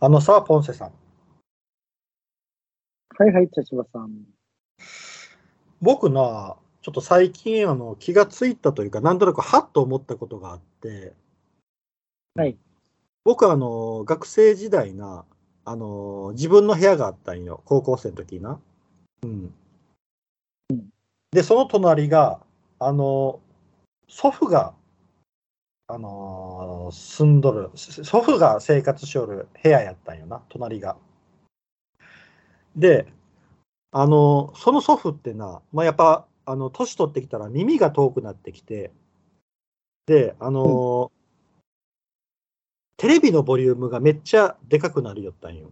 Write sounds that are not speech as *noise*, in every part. あのさ、ポンセさん。はいはい、茶柴さん。僕な、ちょっと最近あの気がついたというか、なんとなくはっと思ったことがあって、はい。僕あの、学生時代な、あの、自分の部屋があったんよ、高校生の時な。うん。で、その隣が、あの、祖父が、あの、住んどる、祖父が生活しおる部屋やったんよな、隣が。で、あの、その祖父ってな、まあ、やっぱ、あの、年取ってきたら耳が遠くなってきて、で、あの、テレビのボリュームがめっちゃでかくなるよったんよ。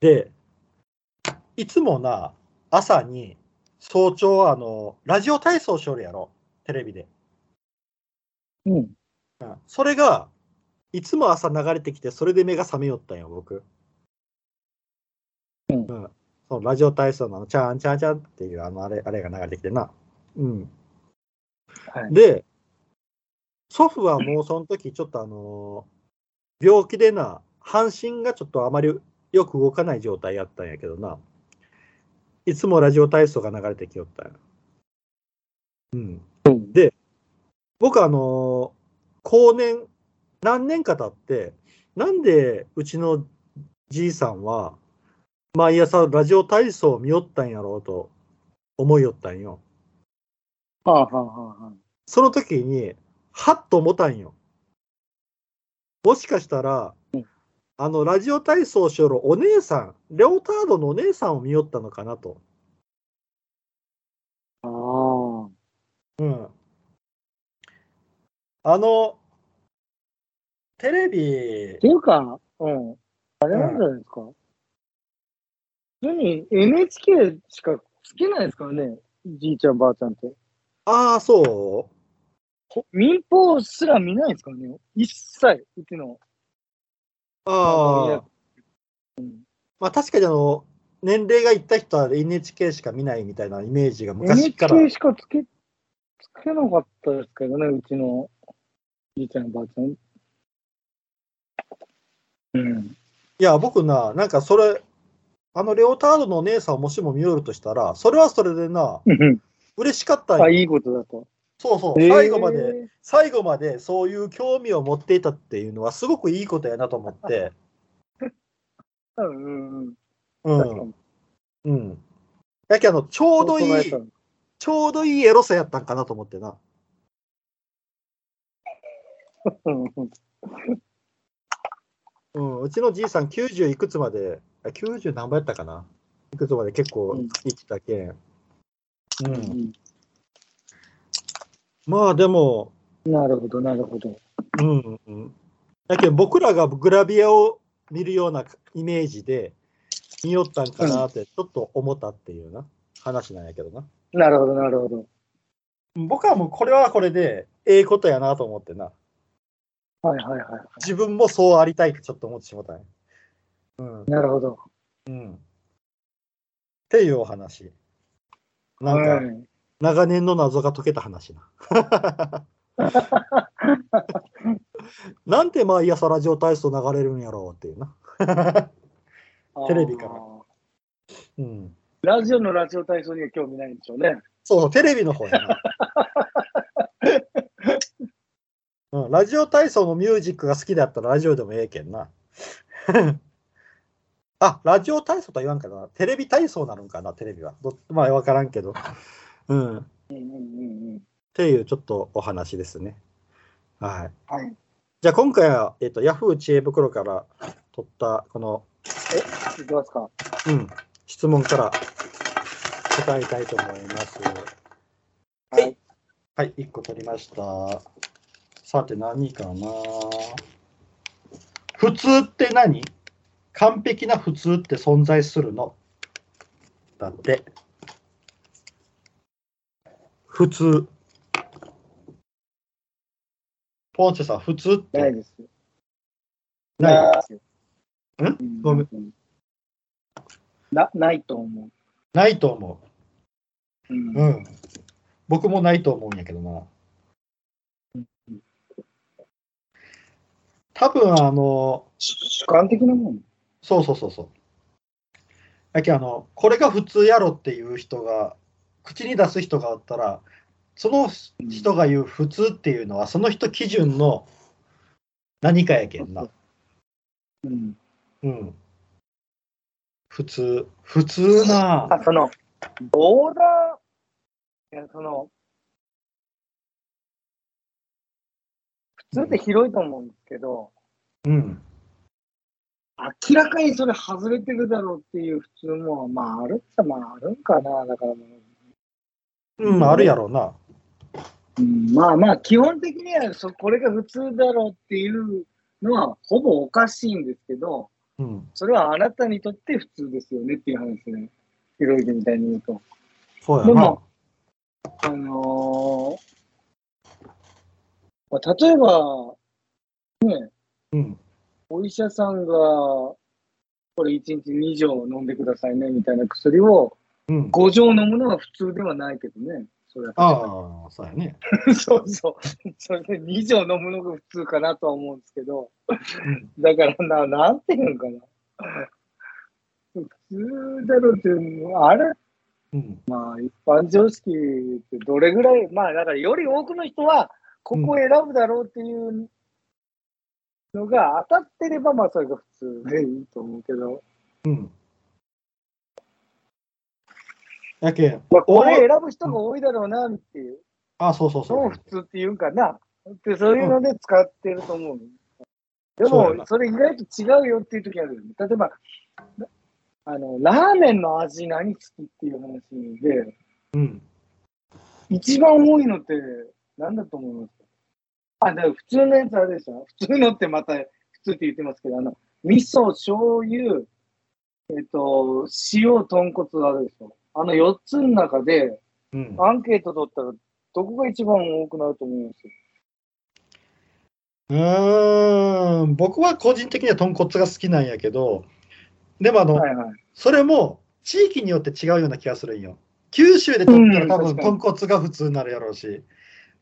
で、いつもな、朝に、早朝はあの、ラジオ体操しよるやろ、テレビで。うん。うんそれが、いつも朝流れてきて、それで目が覚めよったんよ、僕。うんそのラジオ体操のあの、チャーンチャーンチャーンっていう、あの、あれ、あれが流れてきてな。うん。はい。で、祖父はもうその時、ちょっとあのー病気でな、半身がちょっとあまりよく動かない状態やったんやけどな。いつもラジオ体操が流れてきよったんや。うん。うんで、僕あのー後年、何年か経って、なんでうちのじいさんは、毎朝ラジオ体操を見よったんやろうと思いよったんよ。はあはあはあはあ。その時に、はっと思ったんよ。もしかしたら、あの、ラジオ体操をしよるお姉さん、レオタードのお姉さんを見よったのかなと。ああ。うん。あの、テレビって、いうか、うん。あれなんじゃないですか。何 ?NHK しかつけないですからね。じいちゃんばあちゃんって。ああ、そうほ民放すら見ないですからね。一切、うちの。ああ、うんまあ確かにあの、年齢がいった人は NHK しか見ないみたいなイメージが昔から。 NHK しかつけ、つけなかったですけどね、うちのじいちゃんばあちゃん。うん。いや、僕な、なんかそれ、あの、レオタードのお姉さんをもしも見よるとしたら、それはそれでな、うん嬉しかったんよあ、いいことだと。そうそう、最後まえで、ー最後までそういう興味を持っていたっていうのは、すごくいいことやなと思って、うんうんうん。う確かん、に。うん。やけあの、ちょうどそう捉いえいた、のちょうどいいエロさやったんかなと思ってな。うんうんうん、うちのじいさん90いくつまで、あ90何倍やったかないくつまで結構生きたけん。う。うんんまあでも、なるほど、なるほど。うんうん。だけど僕らがグラビアを見るようなイメージで見よったんかなってちょっと思ったっていうな話なんやけどな。なるほど、なるほど。僕はもうこれはこれでええことやなと思ってな。はいはいは自分もそうありたいってちょっと思ってしまったね。うん。っい。なるほど。ていうお話。なんか、はい長年の謎が解けた話な。なんて毎朝ラジオ体操流れるんやろうっていうな。テレビからあうん。ーラジオのラジオ体操には興味ないんでしょうね。そうそう、テレビの方やな。うん、ラジオ体操のミュージックが好きだったらラジオでもええけんな。あ、ラジオ体操とは言わんかな。テレビ体操なのかな、テレビは。どまあ、わからんけど。うん。っうんうんうんうん。ていう、ちょっとお話ですね。はい。はい。じゃあ、今回は、えっ、と、Yahoo! 知恵袋から取った、この、いきますか。うん、質問から答えたいと思います。はいい。はい、1個取りました。さて何かな普通って何完璧な普通って存在するのだって。普通。ポンチェさん、普通ってないです。ないですよ。んごめんん。な、ないと思ないと思う。うんう。うん。僕もないと思うんやけどな。多分あの、主観的なもん。そうそうそうそう。だけどあの、これが普通やろっていう人が、口に出す人がおったら、その人が言う普通っていうのは、その人基準の何かやけんな。うん。うん。普通、普通なあ、その、ボーダー、いや、その、普通って広いと思うんですけど、うん。明らかにそれ外れてるだろうっていう普通も、まあ、あるっちゃ、まあ、あるんかな。だからもう、うん、あるやろうな。うんまあまあ、基本的にはそこれが普通だろうっていうのはほぼおかしいんですけど、うん。それはあなたにとって普通ですよねっていう話ですね。ひろゆきみたいに言うと。そうでやなも。、あのーまあ、例えば、うん。お医者さんが、これ1日2錠飲んでくださいねみたいな薬をうん。 5錠飲むのは普通ではないけどね。それはああ、そうやね。 *laughs* そうそう。それで2錠飲むのが普通かなとは思うんですけどん、だからな、なんていうのかな。普通だろうっていうのは、あれ、うん。まあ、一般常識ってどれぐらい、まあ、だからより多くの人は、ここを選ぶだろうっていうのが当たってれば、まあ、それが普通でいいと思うけど、うん。やけん、まあ、これ選ぶ人が多いだろうなっていう、ああ、そうそうのそをう普。通っていうんかな。で、そういうので使ってると思う。でそうやなも、それ意外と違うよっていう時あるよね。例えば、あの、ラーメンの味何好きっていう話で、うん。一番多いのって何だと思いますあ、だから普通のやつあれでしょ普通のってまた、普通って言ってますけど、あの、味噌、醤油、えっと、塩、豚骨あるでしょあの4つの中で、うん。アンケート取ったら、どこが一番多くなると思いますうーん僕は個人的には豚骨が好きなんやけど、でもあの、はいはい。それも地域によって違うような気がするんよ。九州で取ったら多分うん確豚かに骨が普通になるやろうし、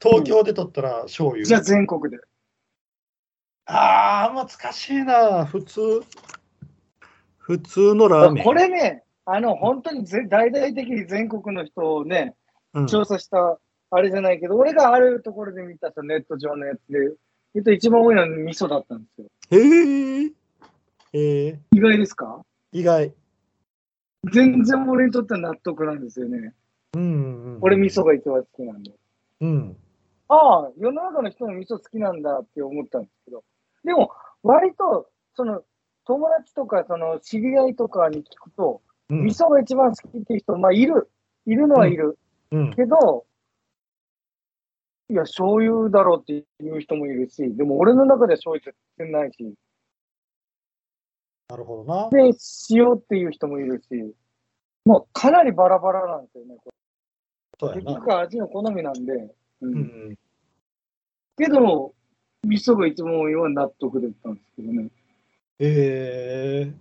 東京で取ったら醤油。じゃあ全国で。ああ、難しいな。普通。普通のラーメン。これね、あの、本当にぜ大々的に全国の人をね、うん、調査した、あれじゃないけど、俺があるところで見た、そのネット上のやつで、えっと、一番多いのは味噌だったんですよ。えー、えー、意外ですか意外。全然俺にとっては納得なんですよね。うんうんうん、俺味噌。が一番好きなんで。うん。ああ、世の中の人も味噌好きなんだって思ったんですけど、でも、割と、その、友達とか、その、知り合いとかに聞くと、うん味噌が一番好きっていう人、まあ、いる。いるのはいる。うん。けど、いや、醤油だろうっていう人もいるし、でも俺の中では醤油全然ないし、なるほどな。で、塩っていう人もいるし、もうかなりバラバラなんですよね。こそうれや結な。局味の好みなんで。ううんん。けど、味噌が一番多いのは納得だったんですけどね。ええ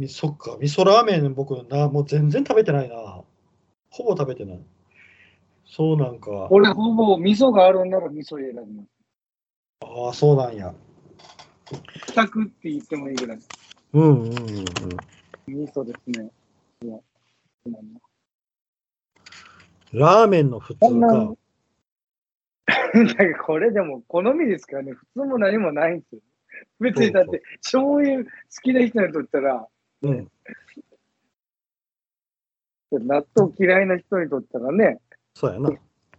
みそっか、味噌ラーメン僕な、もう全然食べてないな。ほぼ食べてない。そうなんか。俺、ほぼ味噌があるんなら味噌選びまああ、そうなんや。す。タクって言ってもいいぐらい。うんうんうんうん。味噌ですね。いやラーメンの普通こんなか。だからこれでも好みですからね、普通も何もないんですよ。別にだっそうて、醤油好きな人にとったら、うん。納豆嫌いな人にとったらね、そうやな。っ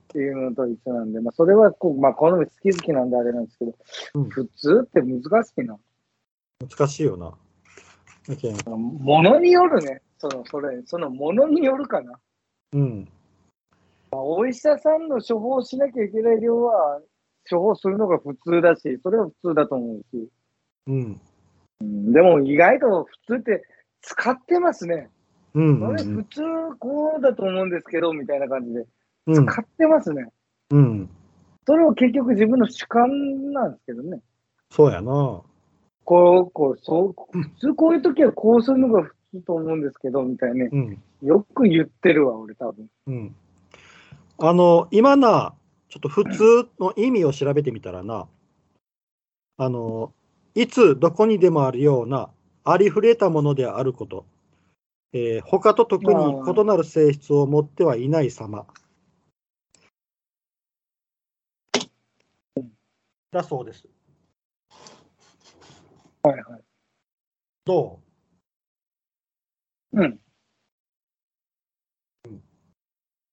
ていうのと一緒なんで、まあ、それはこう、まあ、好み好き好きなんであれなんですけど、うん普通って難しいな。難しいよな。だけんものによるね、その、それ、そのものによるかな。うん。まあお医者さんの処方しなきゃいけない量は、処方するのが普通だし、それは普通だと思うし。うん。うんでも意外と普通って使ってますね。うんうそんれ普通こうだと思うんですけど、みたいな感じで。うん。うん。買ってますね。うん。それは結局自分の主観なんですけどね。そうやな。こう、こう、そう、普通こういう時はこうするのが普通と思うんですけど、みたいなね。うん。よく言ってるわ、俺多分。うん。あの、今な、ちょっと普通の意味を調べてみたらな、あの、いつどこにでもあるような、ありふれたものであること、えー他と特に異なる性質を持ってはいない様。だそうです。はいはい。どうん。う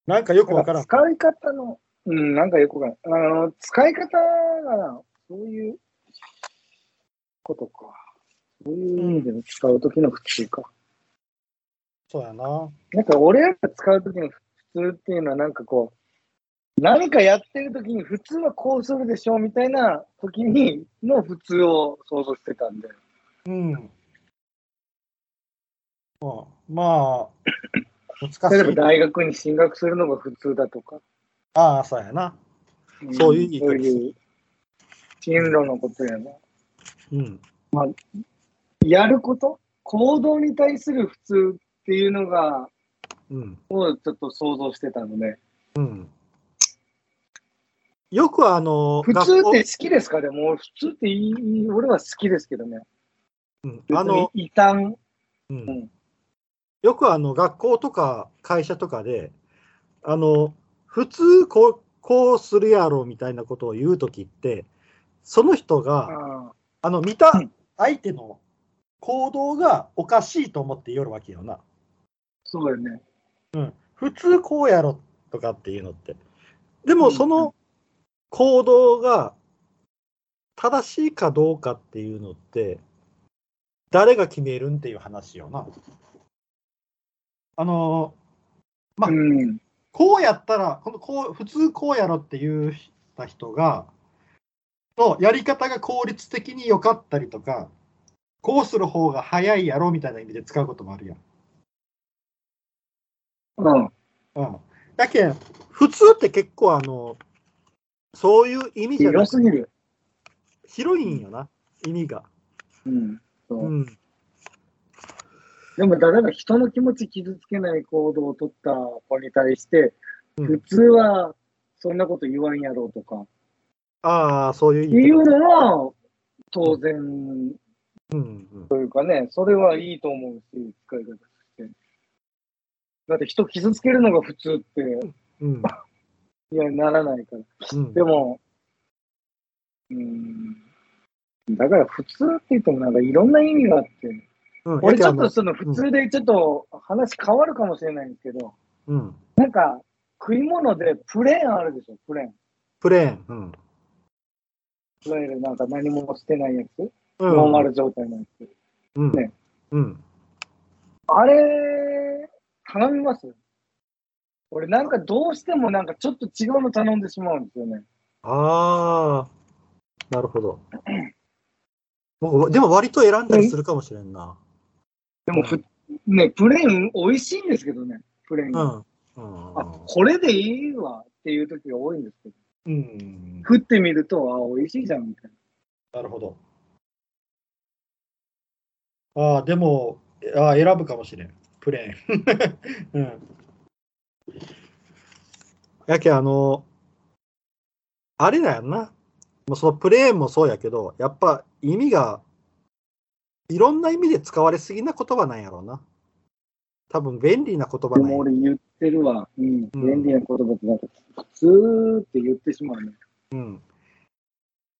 なんかよくわからん。使い方の、うん、なんかよくわからん。あの、使い方がな、そういうことか。そういう意味での使うときの普通か。そうやな。なんか俺らが使うときの普通っていうのはなんかこう、何かやってるときに普通はこうするでしょうみたいなときにの普通を想像してたんで。うん。まあ、まあ、例え難しばい。大学に進学するのが普通だとか。ああ、そうやな。そういう言いそ方うですいう進路のことやな。うん。やること行動に対する普通っていうのが、うん。をちょっと想像してたので。うん。よくあの、普通って学校好きですかでも俺普通っていい、俺は好きですけどね。うん別あにの、異端。うんんよくあの、学校とか会社とかで、あの、普通こう、こうするやろみたいなことを言うときって、その人あが、ああの、見たうん相手の行動がおかしいと思って言るわけよな。そうだよね。普通こうやろとかっていうのって。でうもんその行動が正しいかどうかっていうのって、誰が決めるんっていう話よな。あの、まあうん。こうやったら、このこう普通こうやろって言った人が、のやり方が効率的に良かったりとか、こうする方が早いやろみたいな意味で使うこともあるやん。うん。うんだけん普通って結構あの、そういう意味じゃな広くすぎる。広いんよな、意味が。うん。そううん。でも、例えば人の気持ち傷つけない行動を取った子に対して、うん普通はそんなこと言わんやろうとか、ああ、そういうってい意う味。のは当然うんうんというかね、それはいいと思うし、使い方として。だって人傷つけるのが普通って、うんいや、ならないから。うんでも、うん。だから普通って言ってもなんかいろんな意味があって、うん俺ちやょっとけんその普通でちょっと話変わるかもしれないんですけど、あのうんなんか食い物でプレーンあるでしょ、プレーン。プレーン。うんいわゆるなんか何もしてないやつ、うんノーマル状態のやつ。うんねうんあれ、頼みます俺なんかどうしてもなんかちょっと違うの頼んでしまうんですよね。ああ、なるほど。僕でも割と選んだりするかもしれんな。でもふ、ね、プレーン美味しいんですけどね、プレーンうが。ん。うんあ、これでいいわっていう時が多いんですけど、うん。食ってみると、あ、美味しいじゃんみたいな。なるほど。ああ、でも、ああ選ぶかもしれん。プレーン。 *laughs* うん。やけ、あの、あれだよな。もうそのプレーンもそうやけど、やっぱ意味が、いろんな意味で使われすぎな言葉なんやろうな。多分便利な言葉でなんもや。俺言ってるわ。うん。うん便利な言葉ってなんか、普通って言ってしまうね。うん。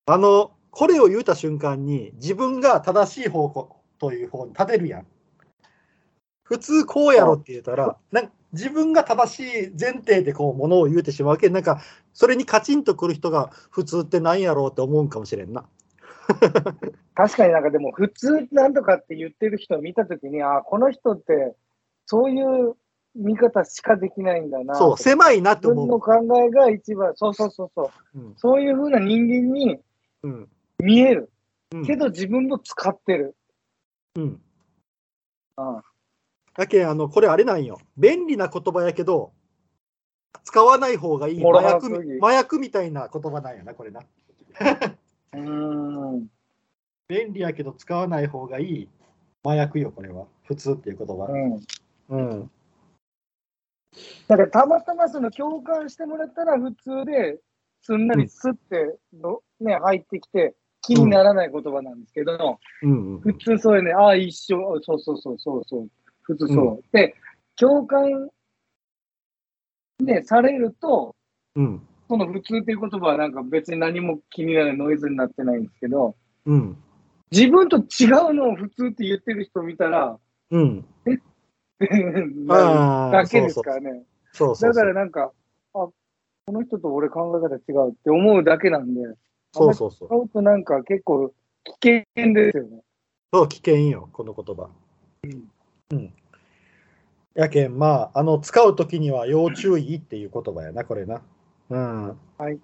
あの、これを言うた瞬間に自分が正しい方向という方に立てるやん。普通こうやろって言ったら、なんか自分が正しい前提でこうものを言うてしまうけんなんかそれにカチンとくる人が普通ってなんやろうって思うんかもしれんな。確かになんかでも、普通なんとかって言ってる人を見たときに、あ、この人って、そういう見方しかできないんだな。そう、狭いなって自分思のう。考えが一番、そうそうそうそう。うんそういうふうな人間にうん見える。うんけど自分も使ってる。うん、あだけんあのこれあれなんよ。便利な言葉やけど使わない方がいいもろ麻は薬すぎみ麻薬みたいな言葉なんやなこれな。うーん。便利やけど使わない方がいい麻薬よ、これは。普通っていう言う葉。ん。うん。だからたまたまその共感してもらったら普通ですんなりスッての、ね、入ってきて、気にならない言葉なんですけど、うんうん普通そうよね。ああ、一緒。そうそうそうそうそう。普通そう。で、共感、ね、されると、うんその普通っていう言葉はなんか別に何も気にならないノイズになってないんですけど、うん自分と違うのを普通って言ってる人見 *laughs* たら、うんなるああだけですからね。そうそうそうだかららなんか、あ、この人と俺考え方違うって思うだけなんで、そうそうそうそうとなんか結構危険ですよね。そう危険よこの言葉うん、やけんまああの使う時には要注意っていう言葉やなこれなうんはいっ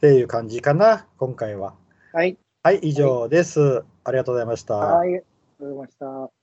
ていう感じかな今回ははい。はい以上です、ありがとうございましたはい。ありがとうございました。